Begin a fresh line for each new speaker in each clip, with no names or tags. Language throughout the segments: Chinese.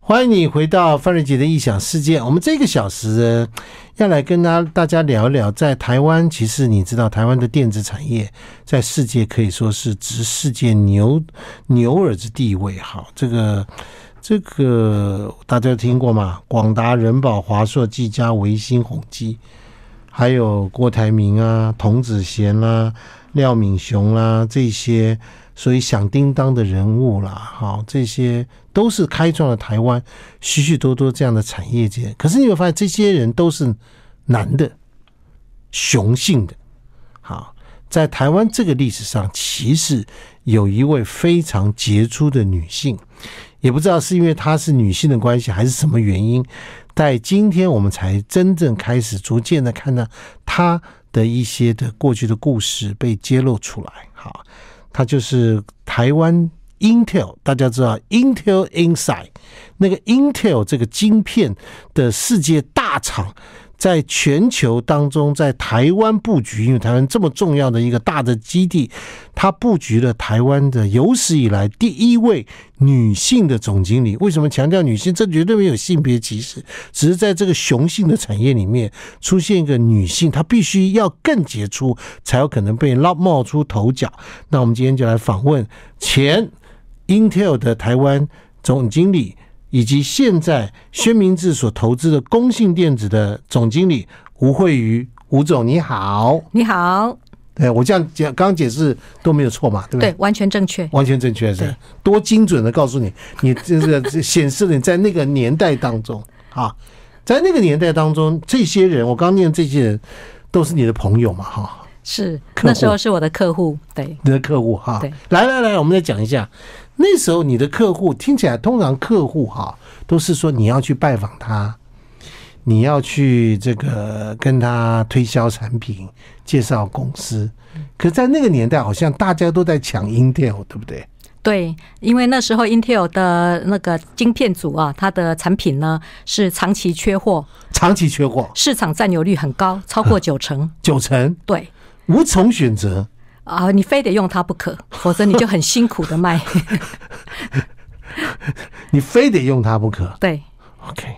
欢迎你回到范瑞杰的异想世界。我们这个小时呃要来跟大大家聊聊，在台湾，其实你知道，台湾的电子产业在世界可以说是执世界牛牛耳之地位。好，这个这个大家有听过吗？广达、人保、华硕、技嘉、维新、宏基，还有郭台铭啊、童子贤啦、廖敏雄啦、这些，所以响叮当的人物啦，好，这些都是开创了台湾许许多多这样的产业界。可是你有发现，这些人都是男的，雄性的。好，在台湾这个历史上，其实有一位非常杰出的女性，也不知道是因为她是女性的关系，还是什么原因，在今天我们才真正开始逐渐的看到她的一些的过去的故事被揭露出来。好，她就是台湾 Intel，大家知道 Intel Inside 那个 Intel 这个晶片的世界大厂。在全球当中，在台湾布局，因为台湾这么重要的一个大的基地，它布局了台湾的有史以来第一位女性的总经理。为什么强调女性？这绝对没有性别歧视，只是在这个雄性的产业里面出现一个女性，她必须要更杰出，才有可能被冒冒出头角。那我们今天就来访问前 Intel 的台湾总经理，以及现在宣明志所投资的工信电子的总经理吴慧瑜。吴总你好，
你好，
哎，我这样讲，刚刚解释都没有错嘛，对不对？
对，完全正确。
完全正确是
对
多精准的告诉你，你这个 这显示了你在那个年代当中啊，在那个年代当中，这些人我刚念这些人都是你的朋友嘛哈，
是
客户
那时候是我的客户，对，
你的客户哈
对。
来来来，我们再讲一下，那时候你的客户听起来，通常客户哈都是说你要去拜访他，你要去这个跟他推销产品、介绍公司。
嗯
可在那个年代，好像大家都在抢 Intel，对不对？
对，因为那时候 Intel 的那个晶片组啊，它的产品呢是长期缺货，
长期缺货，
市场占有率很高，超过九成。
九成。
对
无从选择。
啊、你非得用它不可，否则你就很辛苦 的卖。
你非得用它不可。
对，
OK，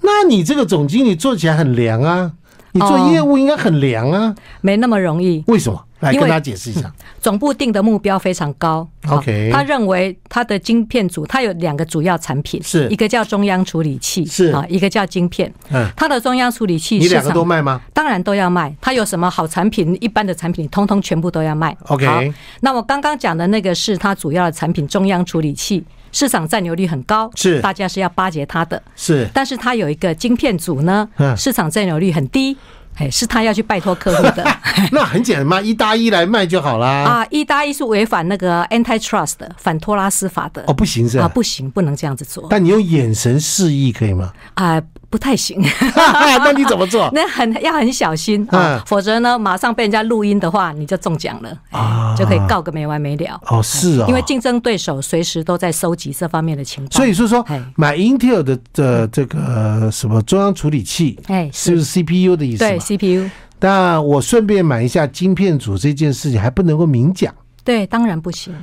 那你这个总经理做起来很凉啊，你做
哦
业务应该很凉啊，
没那么容易。
为什么？来
因为
跟他解释一下。
总部定的目标非常高。好
OK
他认为他的晶片组，它有两个主要产品，
是
一个叫中央处理器，
是
啊，一个叫晶片。
嗯，
它的中央处理器
你
市
两
场
个都卖吗？
当然都要卖，它有什么好产品，一般的产品通通全部都要卖。
OK
好那我刚刚讲的那个是它主要的产品中央处理器，市场占有率很高，
是
大家是要巴结它的。
是
但是它有一个晶片组呢
嗯，
市场占有率很低，哎，是它要去拜托客户 的
那很简单嘛，一搭一来卖就好啦。
啊。一搭一是违反那个 antitrust 的反托拉斯法的
哦，不行是
啊，
吧？
不行，不能这样子做
但你用眼神示意可以 吗？
啊，不太行。
那你怎么做
那很要很小心
哦嗯
啊，否则呢，马上被人家录音的话，你就中奖了，
啊
哎就可以告个没完没了。
哦，是哦，
因为竞争对手随时都在收集这方面的情报，
所以说说
哎
买 Intel 的的这个呃什么中央处理器，
哎
是不是 CPU 的意思嘛？
对 CPU，
那我顺便买一下晶片组这件事情还不能够明讲，
对，当然不行。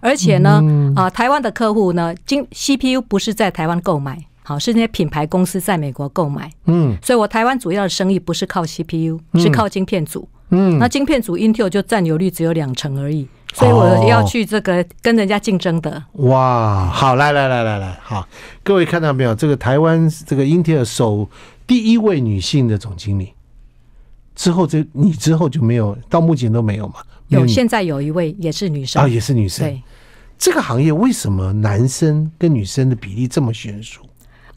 而且呢，
嗯
啊，台湾的客户呢，经 CPU 不是在台湾购买，好，是那些品牌公司在美国购买，
嗯，
所以我台湾主要的生意不是靠 CPU，是靠晶片组。
嗯，
那晶片组 Intel 就占有率只有两成而已，所以我
哦
要去这个跟人家竞争的，
哇，好，来来来来来，好，各位看到没有？这个台湾这个英特尔首第一位女性的总经理，之后这你之后就没有，到目前都没有嘛？没
有
你
现在有一位也是女生，
嗯啊、也是女生。
对，
这个行业为什么男生跟女生的比例这么悬殊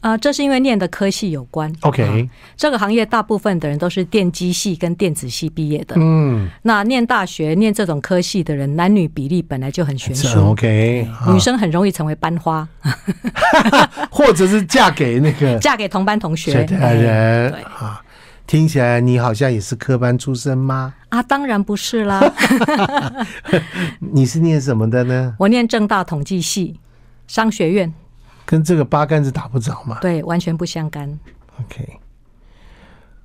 啊、这是因为念的科系有关。
？OK，、
啊这个行业大部分的人都是电机系跟电子系毕业的。
嗯，
那念大学念这种科系的人，男女比例本来就很悬
是啊很
殊，
OK，啊
女
生
生很容易成为班花，
或者是嫁给那个
嫁给同班同
现
学。
代
哎
人
对
啊。听起来你好像也是科班出身吗？
啊，当然不是 啦，
你是念什么的呢？
我念正大统计系，商学院，
跟这个八竿子打不着嘛。
对，完全不相干。
OK，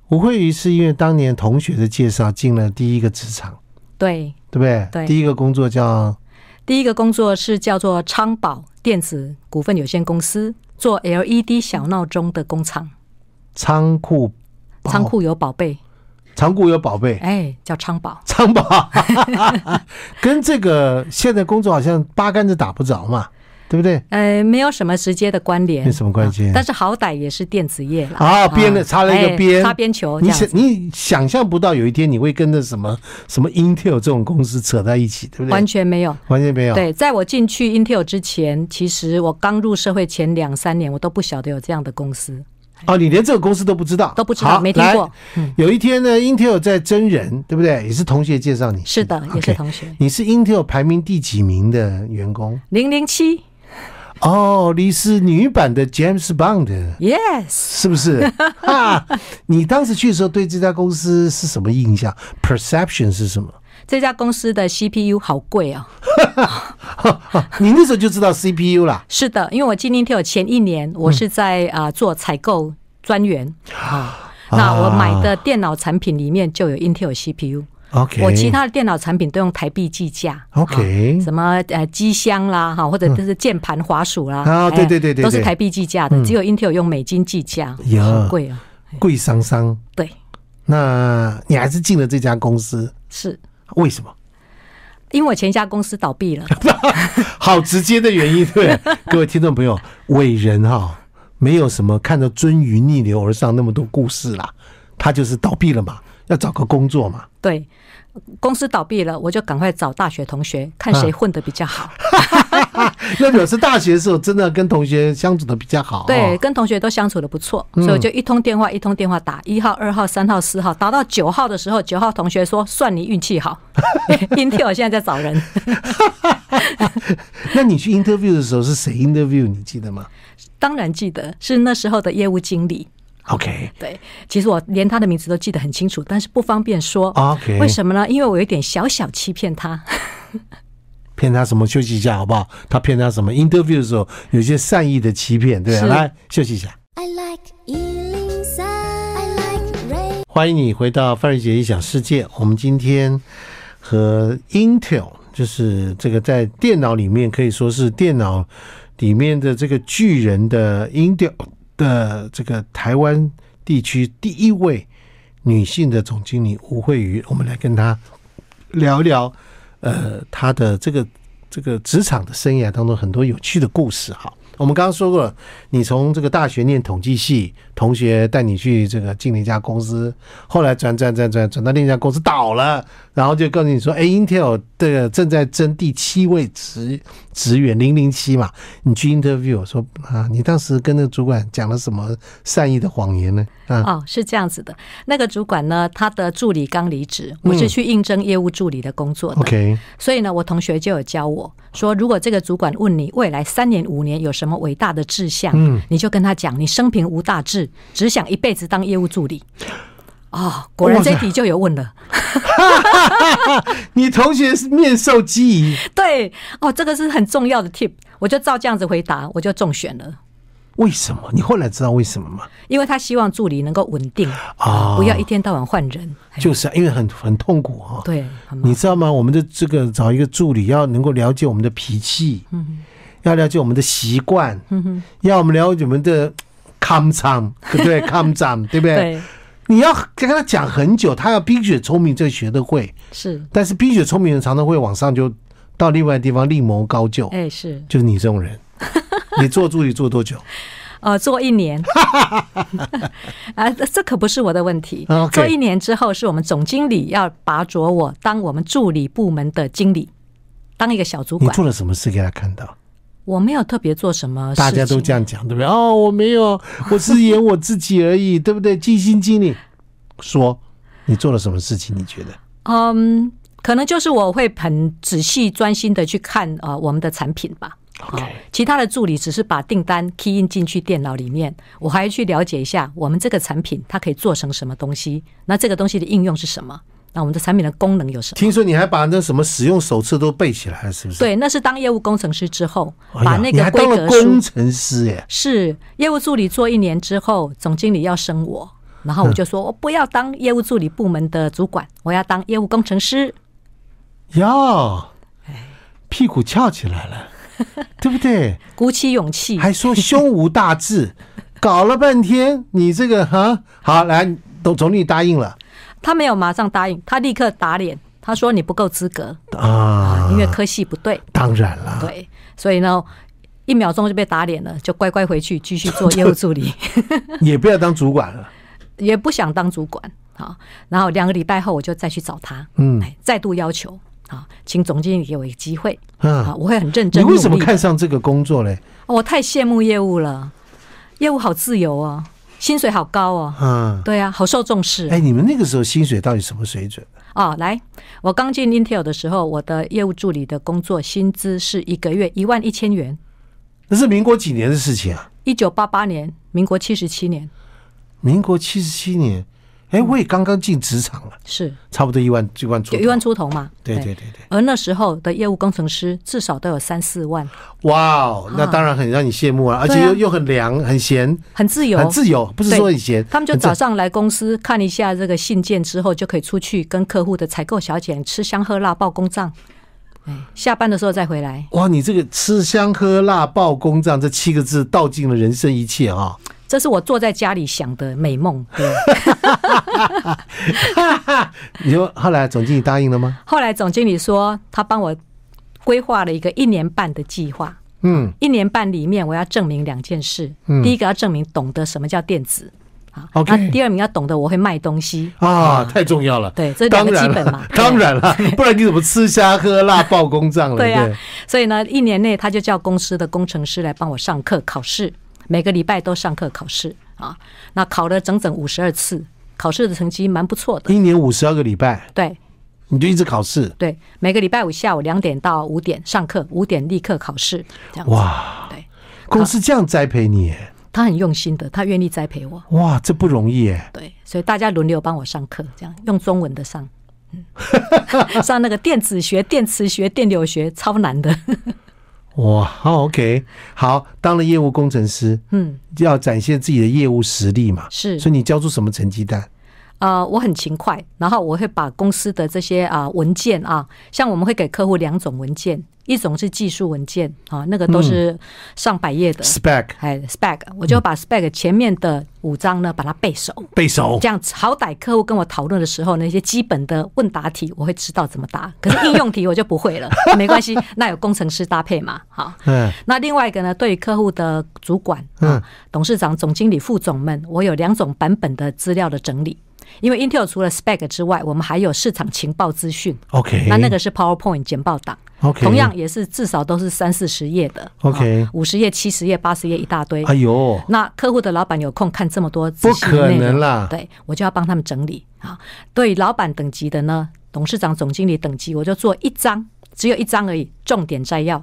吴慧瑜是因为当年同学的介绍进了第一个职场，
对，
对不对？
对
第一个工作叫
第一个工作是叫做昌宝电子股份有限公司，做 LED 小闹钟的工厂，
仓库宝
仓库有宝贝，
仓库有宝贝，
哎，叫昌宝。
仓宝， 跟这个现在工作好像八竿子打不着嘛，对不对？
呃，没有什么直接的关联，
没什么关系
啊但是好歹也是电子业啦。
啊编了插了一个
哎
边
擦边球这
你
样
想
子，
你想象不到有一天你会跟着什么什么 Intel 这种公司扯在一起，对不
完
对？
全没有。
完全没有。
对，在我进去 Intel 之前，其实我刚入社会前两三年，我都不晓得有这样的公司。
哦，你连这个公司都不知道，
都不知道
好
没听过嗯
来有一天呢，Intel 在真人，对不对？也是同学介绍你，
是的，也
嗯
是
OK
同学，
你是 Intel 排名第几名的员工？
零零七
哦，你是女版的 James Bond，
，Yes，
是不是？ 哈，你当时去的时候对这家公司是什么印象？Perception 是什么？
这家公司的 CPU 好贵哦。
哦你那时候就知道 CPU 啦。
是的，因为我进 Intel 前一年，
嗯
我是在啊、呃做采购专员啊。那我买的电脑产品里面就有 Intel CPU，、
啊 OK，
我其他的电脑产品都用台币计价。
OK
啊什么呃机箱啦哈，或者就是键盘、滑鼠啦，
啊
哎
对对对对
都是
对
台币计价的，只有 Intel 用美金计价，
呀
好贵啊。
贵桑桑，
对，
那你还是进了这家公司，
是
为什么？
因为我前一家公司 倒闭了，
好直接的 原因，对各位听众朋友，伟人哈、没有什么看到鳟鱼逆流而上那么多故事啦，他就是倒闭了嘛，要找个工作嘛。
对，公司倒闭了，我就赶快找大学同学看
啊
谁混得比较好。
哦那表示大学的时候真的跟同学相处的比较好、哦，
对，，跟同学都相处的不错，
嗯
所以我就一通电话一通电话打，一号、二号、三号、四号，打到九号的时候，九号同学说：“算你运气 好，Intel 现在在找人。
那你去 interview 的时候是谁 interview 你记得吗”
当然记得是那时候的业务经理。
？OK
对，其实我连他的名字都记得很清楚，但是不方便说。
啊 OK，
为什么呢？因为我有一点小小欺 骗他。
骗他什么？休息一下好不好？他骗他什么？interview 的时候有些善意的欺骗，对不
是
对？来休息一下。
I like Ealing Sound. I like radio.
欢迎你回到范瑞杰一想世界。我们今天和 Intel，就是这个在电脑里面可以说是电脑里面的这个巨人的 Intel 的这个台湾地区第一位女性的总经理吴慧瑜，我们来跟她聊聊，呃，她的这个这个职场的生涯当中很多有趣的故事哈。我们刚刚说过了，你从这个大学念统计系，同学带你去这个进了一家公司，后来转转转转转到另一家公司倒了，然后就告诉你说，哎，Intel 这个正在争第七位职职员零零七嘛，你去 interview 说啊，你当时跟那个主管讲了什么善意的谎言呢？啊，
哦，是这样子的。那个主管呢，他的助理刚离职，我是去应征业务助理的工作
嗯
的。
OK，
所以呢，我同学就有教我说，如果这个主管问你未来三年五年有什么伟大的志向，
嗯
你就跟他讲，你生平无大志，只想一辈子当业务助理。哦，果然
哇塞
这一题就有问了。
你同学是面授机宜，
对，哦，这个是很重要的 tip，我就照这样子回答，我就中选了。
为什么？你后来知道为什么吗？
因为他希望助理能够稳定，
哦
不要一天到晚换人。
就是啊因为很很痛苦哈、
哎对，嗯很忙
你知道吗？我们的这个找一个助理，要能够了解我们的脾气，
嗯
要了解我们的习惯，要我们了解我们的 come time，对不对？come time，对不对？
对，
你要跟他讲很久，他要冰雪聪明这学得会，
是，
但是冰雪聪明人常常会往上就到另外地方另谋高就，
哎、是，
就是你这种 人。你做助理做多久？
呃，做一年， 啊，这可不是我的问题。
OK
做一年之后，是我们总经理要拔擢我当我们助理部门的经理，当一个小主
你
管。
做了什么事给他看到？
我没有特别做什么事情，
大家都这样讲，对不对？哦，我没有，我是演我自己而已， 对不对？尽心尽力。说你做了什么事情？你觉得？
嗯，可能就是我会很仔细、专心的去看呃我们的产品吧。
OK
好其他的助理只是把订单 key in 进去电脑里面，我还去了解一下我们这个产品它可以做成什么东西，那这个东西的应用是什么，那我们的产品的功能有什么？
听说你还把那什么使用手册都背起来了，是不是？
对，那是当业务工程师之后，
哎呀，
把那
你
个
还
规
当了
格
工
书
程师耶？
是业务助理做一年之后，总经理要升我，然后我就
嗯
说我不要当业务助理部门的主管，我要当业务工程师。
哟，屁股翘起来了。对不对？
鼓起勇气。
还说胸无大 志，搞了半天，你这个哈好来，总总理答应了
他没有马上答应，他立刻打脸，他说你不够资格
啊
啊，，因为科系不对。
当然了，
对，所以呢，一秒钟就被打脸了，就乖乖回去继续做业务助 理，
也不要当主管了，
也不想当主管啊。然后两个礼拜后，我就再去找他，
嗯
哎，再度要求啊，请总经理给我一个机会啊，
啊，
我会很认
你
真努力。
为什么看上这个工作嘞？
哦我太羡慕业务了，业务好自由哦，薪水好高哦，
啊，
对啊，好受重视
哎，你们那个时候薪水到底什么水准？
哦。来，我刚进 Intel 的时候，我的业务助理的工作薪资是一个月一万一千元，
那是民国几年的事情啊？
一九八八年，民国七十七年
民国七十七年，哎，我也刚刚进职场了，
是。
差不多一万一万出
有
头，
一万出头嘛。
对对对对，
而那时候的业务工程师至少都有三四万，
哇哦，那当然很让你羡慕啊，而且
啊对啊
又又很凉，很闲，
很自由，
很自由，不是
对
说很闲，
他们就
很自
早上来公司看一下这个信件之后，就可以出去跟客户的采购小姐吃香喝辣报公账，哎下班的时候再回来，
哇，你这个吃香喝辣报公账这七个字道尽了人生一切 啊、
这是我坐在家里想的美梦。对
你说后来总经理答应了吗？
后来总经理说，他帮我规划了一个一年半的计划，
嗯，
一年半里面，我要证明两件事。
嗯
第一个要证明懂得什么叫电子，啊
OK
那第二名要懂得我会卖东西
啊，太重要了。
对，这两
当
个基
然
本嘛
了，， 当然 了，不然你怎么吃香喝辣报公账了？
对啊
对
呀、所以呢，一年内他就叫公司的工程师来帮我上课考试，每个礼拜都上课考试啊。那考了整整五十二次，考试的成绩蛮不错的。
一年五十二个礼拜，
对
你就一直考试，
对，每个礼拜五下午两点到五点上课，五点立刻考试，这样。
哇！
对，
公司这样栽培你，
他很用心的，他愿意栽培我。
哇，这不容易哎。
对，所以大家轮流帮我上课，这样用中文的上。嗯 上那个电子学、电磁学、电流学，超难的。
哇，好 OK，好，当了业务工程师，
嗯，
要展现自己的业务实力嘛。
是
所以你交出什么成绩单？
呃，我很勤快，然后我会把公司的这些啊、文件啊，像我们会给客户两种文件，一种是技术文件啊，那个都是上百页的，
spec
哎，spec，我就把 spec 前面的五章呢把它背熟，
背熟
这样好歹客户跟我讨论的时候，那些基本的问答题我会知道怎么答，可是应用题我就不 会了，没关系，那有工程师搭配嘛，好。
嗯，
那另外一个呢，对于客户的主管、
嗯
啊、董事长、总经理、副总们，我有两种版本的资料的整理。因为 Intel 除了 spec 之外，我们还有市场情报资讯，
OK，
那那个是 PowerPoint 简报档
OK
同样也是至少都是三四十页的
OK
五十页、七十页、八十页一大堆。
哎呦，
那客户的老板有空看这么多仔细的
不可
内容
能啦
对我就要帮他们整理啊。对老板等级的呢，董事长、总经理等级，我就做一张，只有一张而已，重点摘要，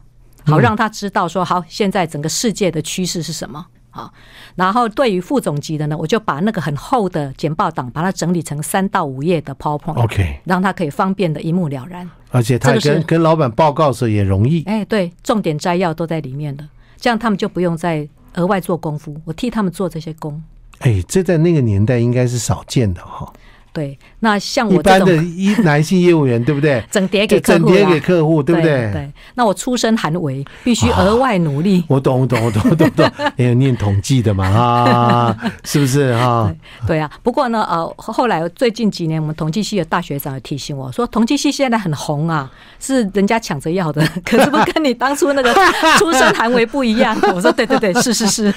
嗯
好让他知道说，好，现在整个世界的趋势是什么。啊，然后对于副总级的呢，我就把那个很厚的简报档，把它整理成三到五页的 PowerPoint，、
OK，
让他可以方便的一目了然。
而且他
这个是
跟跟老板报告的时候也容易，
哎，对，重点摘要都在里面了，这样他们就不用再额外做功夫，我替他们做这些功。
哎，这在那个年代应该是少见的哈。
对，那像
一
我这
般的
种
一男性业务员，对不对？
整叠
就
给客
整
户
叠
啦
给客户，对不
对
对？？啊
那我出身寒微，必须额外努力。
我懂，我懂，我懂，我懂，我哎懂。也有念统计的嘛，啊，是不是啊？
对啊，不过呢，呃，后后来最近几年，我们统计系的大学长有提醒我说，统计系现在很红啊，是人家抢着要的， 可是不跟你当初那 个出身寒微不一样。我说对对对，是是是，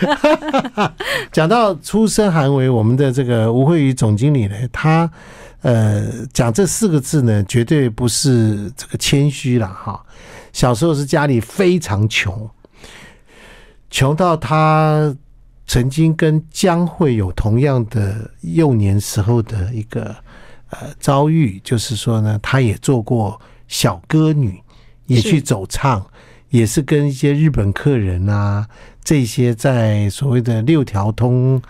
讲到出身韩维，我们的这个吴慧宇总经理呢，他呃讲这四个字呢，绝对不是这个谦虚了哈。小时候是家里非常穷，穷到他曾经跟江蕙有同样的幼年时候的一个呃遭遇，就是说呢，他也做过小歌女，也
是
去走唱，也是跟一些日本客人啊，这些在所谓的六条通、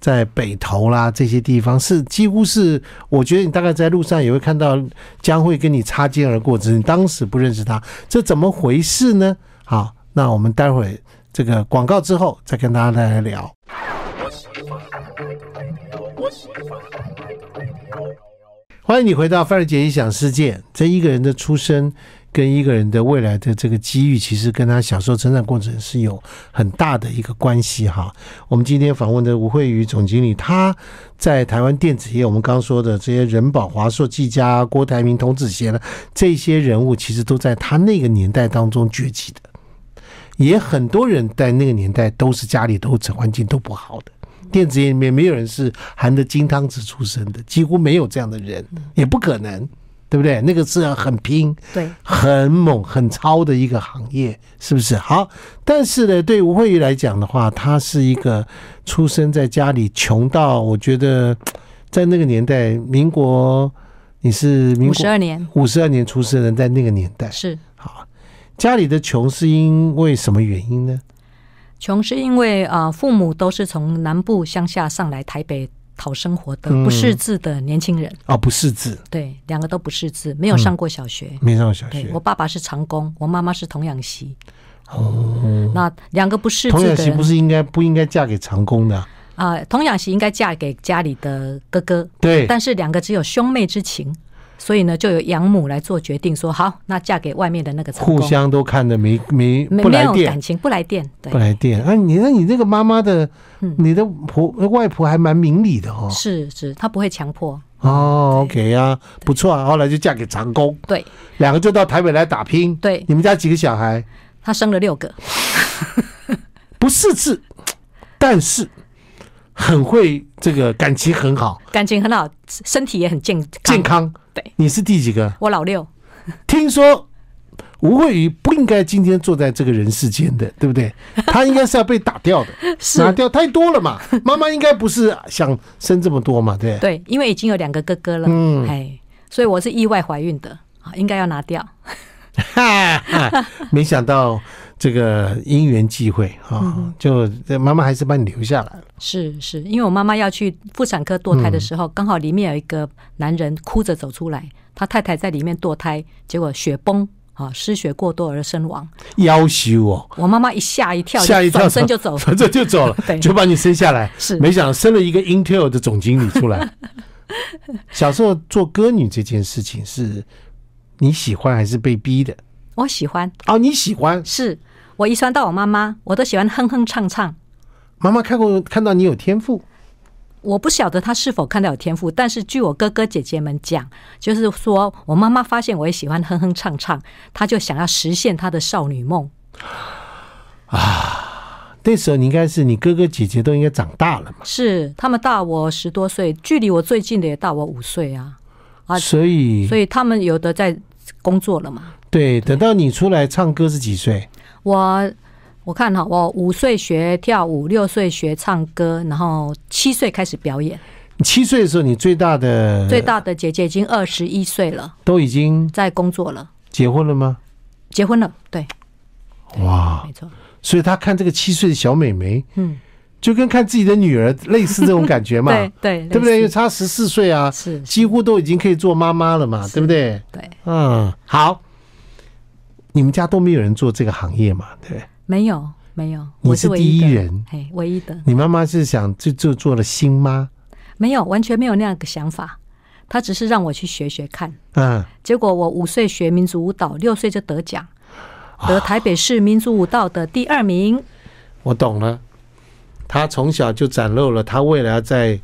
在北投啦这些地方，是几乎是我觉得你大概在路上也会看到将会跟你擦肩而过，只是你当时不认识他，这怎么回事呢？好，那我们待会儿这个广告之后再跟大家来聊。欢迎你回到范儿姐异想世界。这一个人的出身跟一个人的未来的这个机遇，其实跟他小时候成长过程是有很大的一个关系哈。我们今天访问的吴慧宇总经理，他在台湾电子业，我们刚刚说的这些人保、华硕、技嘉、郭台铭、童子贤呢，这些人物其实都在他那个年代当中崛起的，也很多人在那个年代都是家里都环境都不好的。电子业里面没有人是含着金汤匙出生的，几乎没有这样的人，也不可能，对不对？那个是很拼，
对，
很猛、很超的一个行业，是不是？好，但是呢，对吴慧玉来讲的话，她是一个出生在家里穷到，我觉得在那个年代，民国你是民
五十
国
二年
五十二年出生的，在那个年代，
是
好，家里的穷是因为什么原因呢？
穷，是因为啊、呃父母都是从南部乡下上来台北讨生活的
嗯
不识字的年轻人，
哦，不识字，
对，两个都不识字，
嗯
没有上过小学。
没上小
对
学
我，爸爸是长工，我妈妈是童养媳。哦，那两个不识
童
字
养
的
媳
人
不是应该不应该嫁给长工的啊、
啊、童养媳应该嫁给家里的哥哥，
对，
但是两个只有兄妹之情，所以呢，就有养母来做决定说，好，那嫁给外面的那个长工
互相都看的没没
没
不
没
来
有
电
感，情，不来电，对
不，来电。啊，你那你那个妈妈的，你的婆外婆还蛮明理的哦。
嗯是是，他不会强迫，
哦，OK 啊，不错啊。后来就嫁给长工，
对
两个就到台北来打拼。
对
你们家几个小孩？
他生了六个，
不识字，但是很会这个感情很好，
感情很好，身体也很健康
健。康。
对，
你是第几个？
我老六，
听说吴慧宇不应该今天坐在这个人世间的，对不 对？他应该是要被打掉的，
是
打掉太多了嘛。妈妈应该不是想生这么多嘛， 对。
对，因为已经有两个哥哥了，
嗯
哎，所以我是意外怀孕的啊，应该要拿掉。
哈哈，没想到这个因缘际会
嗯
啊，就妈妈还是把你留下来了。
是是，因为我妈妈要去妇产科堕胎的时候，
嗯
刚好里面有一个男人哭着走出来，他太太在里面堕胎，结果血崩啊，失血过多而身亡。
要求哦，
我妈妈一吓一跳，
吓一跳，
转身就走。
转身就走了
对，
就把你生下来。
是
没想到生了一个 Intel 的总经理出 来。小时候做歌女这件事情是你喜欢还是被逼的？
我喜欢，
哦，你喜欢。
是我遗传到我妈妈，我都喜欢哼哼唱唱。
妈妈看过看到你有天赋，
我不晓得她是否看到有天赋，但是据我哥哥姐姐们讲，就是说我妈妈发现我也喜欢哼哼唱唱，她就想要实现她的少女梦。
那时候你应该是你哥哥姐姐都应该长大了嘛，
是他们大我十多岁，距离我最近的也大我五岁啊，啊
所以
所以他们有的在工作了嘛。
对，等到你出来唱歌是几岁？
我我看哈，我五岁学跳舞，六岁学唱歌，然后七岁开始表演。
你七岁的时候，你最大的
最大的姐姐已经二十一岁了，
都已经
在工作了，
结婚了吗？
结婚了，对，
哇！
没错，
所以他看这个七岁的小美眉，
嗯，
就跟看自己的女儿类似这种感觉嘛，
对对
对不对？因为
类似
差十四岁啊，
是是
几乎都已经可以做妈妈了嘛，对不对？
对，
嗯，好，你们家都没有人做这个行业嘛，对不对？
没有没有，
你
我
是
唯
第
一
一
的，
人，
嘿，唯一的，
你妈妈是想就就做了新妈，
没有，完全没有那样的想法，他只是让我去学学看。
嗯，
结果我五岁学民族舞蹈，六岁就得奖，得台北市民族舞蹈的第二名。
我懂了。她从小就展露了她未来要在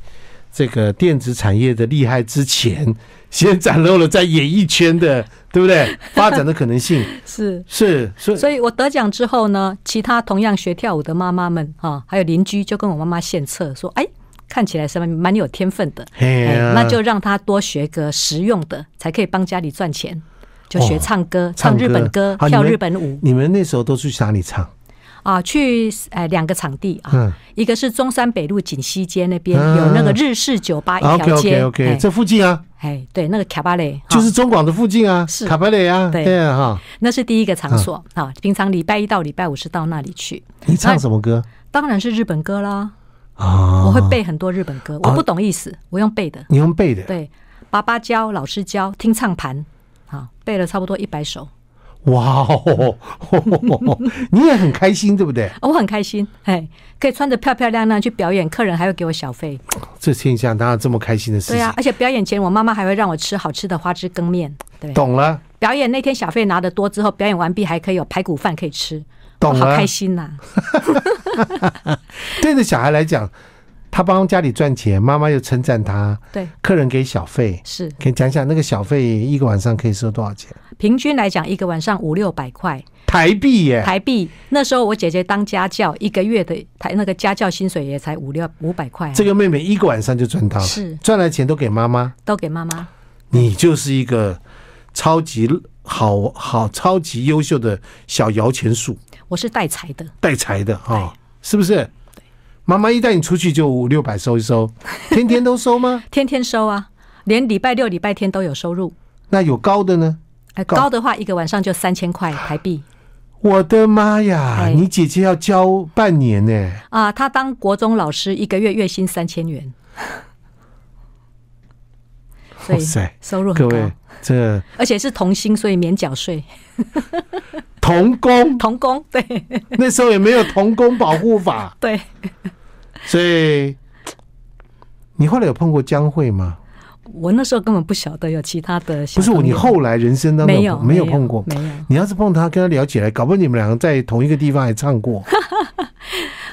这个电子产业的厉害之前， 先展露了在演艺圈的，对不 对？发展的可能性
是，
是，所以
所以我得奖之后呢，其他同样学跳舞的妈妈们啊，还有邻居就跟我妈妈献策说：“哎，看起来是蛮蛮有天分的，
嘿
哎
呀
那就让她多学个实用的，才可以帮家里赚钱。”就学
哦
唱歌、
唱
唱日本歌、
好
跳
你们
日本舞
你们那时候都去哪里唱？
啊，去呃两个场地啊，
嗯
一个是中山北路锦西街那边、
嗯
有那个日式酒吧一
？OK
条
OK
街
OK，
哎
这附近啊，
哎，对，那个卡巴雷
就是
哦
中广的附近啊，
是
卡巴雷啊，
对
对啊哈。
那是第一个场所
嗯
啊、平常礼拜一到礼拜五是到那里去，
你唱什么歌
当然是日本歌啦。
啊？
我会背很多日本歌，我不懂意思，我用背的。
你用背的，
对，爸爸教，老师教，听唱盘，啊，背了差不多一百首。
哇哦，你也很开心，对不对？
哦我很开心，嘿，可以穿着漂漂亮亮去表演，客人还会给我小费。
这天下哪有这么开心的事
对
情
啊？，而且表演前我妈妈还会让我吃好吃的花枝羹面。对，
懂了，
表演那天小费拿得多之后，表演完毕还可以有排骨饭可以吃，
懂
我好
了
开心呐、
对着小孩来讲，他帮家里赚钱，妈妈又称赞他，
对，
客人给小费，
是
可以讲讲那个小费一个晚上可以收多少钱？
平均来讲，一个晚上五六百块
台币耶，
台币。那时候我姐姐当家教，一个月的台那个家教薪水也才五六五百块啊、
这个妹妹一个晚上就赚到了，
是
赚来钱都给妈妈，
都给妈妈。
你就是一个超级好好超级优秀的小摇钱树，
我是带财的，
带财的哈、哦，是不是？妈妈一带你出去就五六百收一收，天天都收 吗？
天天收啊，连礼拜六、礼拜天都有收入。
那有高的呢？
哎，
高
高的话一个晚上就三千块台币
我的妈呀！
哎
你姐姐要教半年呢、
啊。她当国中老师，一个月月薪三千元，所
哇
以
塞，
收入
各
很高
位，，这
而且是童薪，所以免缴税。
童工
童工，对
那时候也没有童工保护 法，
对，
所以你后来有碰过江蕙吗？
我那时候根本不晓得有其他的小
不是我，
朋
你
友
后来人生当中
没有
没有碰过。
没有。
你要是碰他，跟他聊起来，搞不好你们两个在同一个地方还唱 过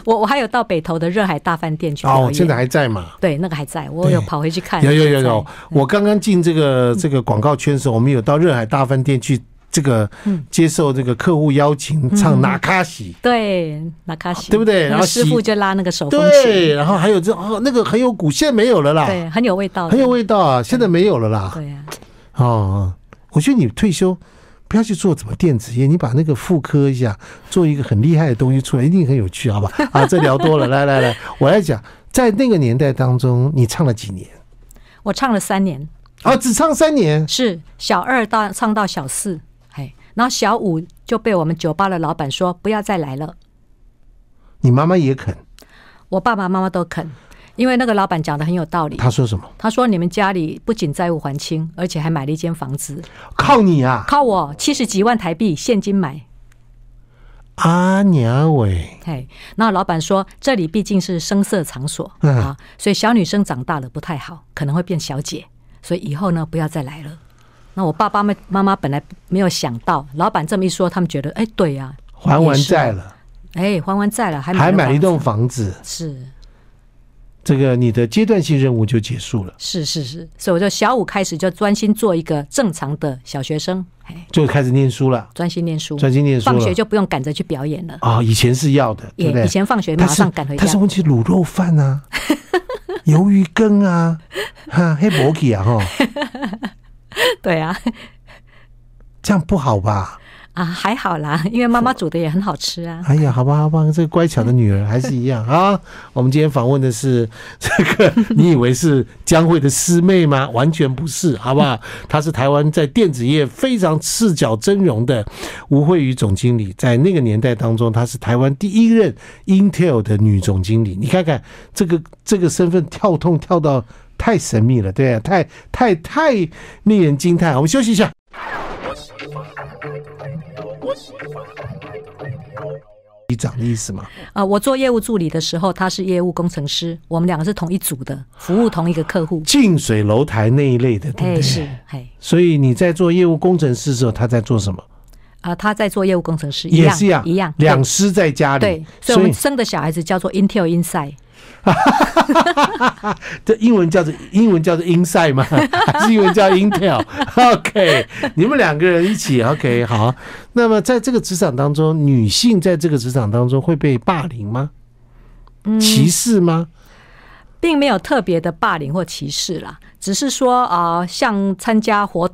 我我还有到北投的热海大饭店去表
哦，
演，
现在还在嘛？
对那个还在，我有跑回去看。
有有有
还在
有，我刚刚进这个这个广告圈的时候，我们有到热海大饭店去这个
嗯
接受这个客户邀请唱纳卡西，
对那卡西，
对不对
那个
然后
师
洗
傅就拉那个手风琴，
对，然后还有这哦那个很有骨，现在没有了啦，
对，很有味道的，
很有味道啊，现在没有了啦。
对啊呀、
哦，我觉得你退休不要去做什么电子业，你把那个复刻一下，做一个很厉害的东西出来，一定很有趣，好吧？ 啊，这聊多了，来来来，我来讲，在那个年代当中，你唱了几年？
我唱了三年，
啊，只唱三年，
是小二到唱到小四，哎，然后小五就被我们酒吧的老板说不要再来了，
你妈妈也肯，
我爸爸妈妈都肯，因为那个老板讲的很有道理。
她说什么？
他说：“你们家里不仅债务还清，而且还买了一间房子，
靠你啊！
靠我七十几万台币现金买，
阿娘喂，
嘿，那老板说这里毕竟是声色场所、
嗯
啊，所以小女生长大了不太好，可能会变小姐，所以以后呢不要再来了。那我爸爸妈妈妈本来没有想到，老板这么一说，他们觉得哎对呀、
还完
也是
债了，
哎还完债了，还
还买
买
了一
栋
栋房子，
是
这个你的阶段性任务就结束了，
是是是，所以我就小五开始就专心做一个正常的小学生，哎，
就开始念书了，
专心念书，
专心念书了
放学就不用赶着去表演了。
啊、以前是要的，对不
也
对
以？前放学马
但是
上赶回家
但，是问题卤肉饭啊，鱿鱼羹啊，哈黑摩吉啊，哈，
对啊，
这样不好吧？
啊还好啦，因为妈妈煮的也很好吃 啊。
哎呀，好吧，好吧，这个乖巧的女儿还是一样啊。 我们今天访问的是这个，你以为是江蕙的师妹吗？完全不是，好不好？她是台湾在电子业非常赤脚峥嵘的吴慧宇总经理，在那个年代当中，她是台湾第一任 Intel 的女总经理。你看看这个这个身份跳痛跳到太神秘了，对、啊，太太太令人惊叹。我们休息一下。你长的意思嘛？
呃，我做业务助理的时候，他是业务工程师，我们两个是同一组的，服务同一个客户。
近水楼台那一类的，对不
哎，
对？
是，哎，
所以你在做业务工程师的时候，他在做什么？
啊、他在做业务工程师，
也
样
是一样，
一样，
两
对
师在家里。
对，所以我们生的小孩子叫做 Intel Inside，
这英文叫做英文叫做 Inside 吗？还是英文叫 Intel？OK，、OK，你们两个人一起 OK 好。那么在这个职场当中，女性在这个职场当中会被霸凌吗？
嗯
歧视吗？
并没有特别的霸凌或歧视啦，只是说啊、呃像参加活